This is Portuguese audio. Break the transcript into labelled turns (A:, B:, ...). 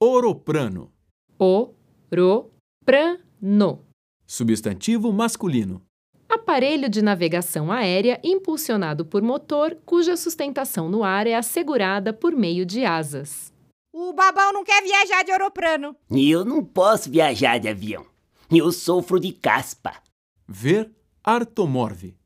A: Oroprano.
B: Oroprano.
A: Substantivo masculino.
B: Aparelho de navegação aérea impulsionado por motor cuja sustentação no ar é assegurada por meio de asas.
C: O babão não quer viajar de oroprano.
D: E Eu não posso viajar de avião. Eu sofro de caspa.
A: Ver artomorve.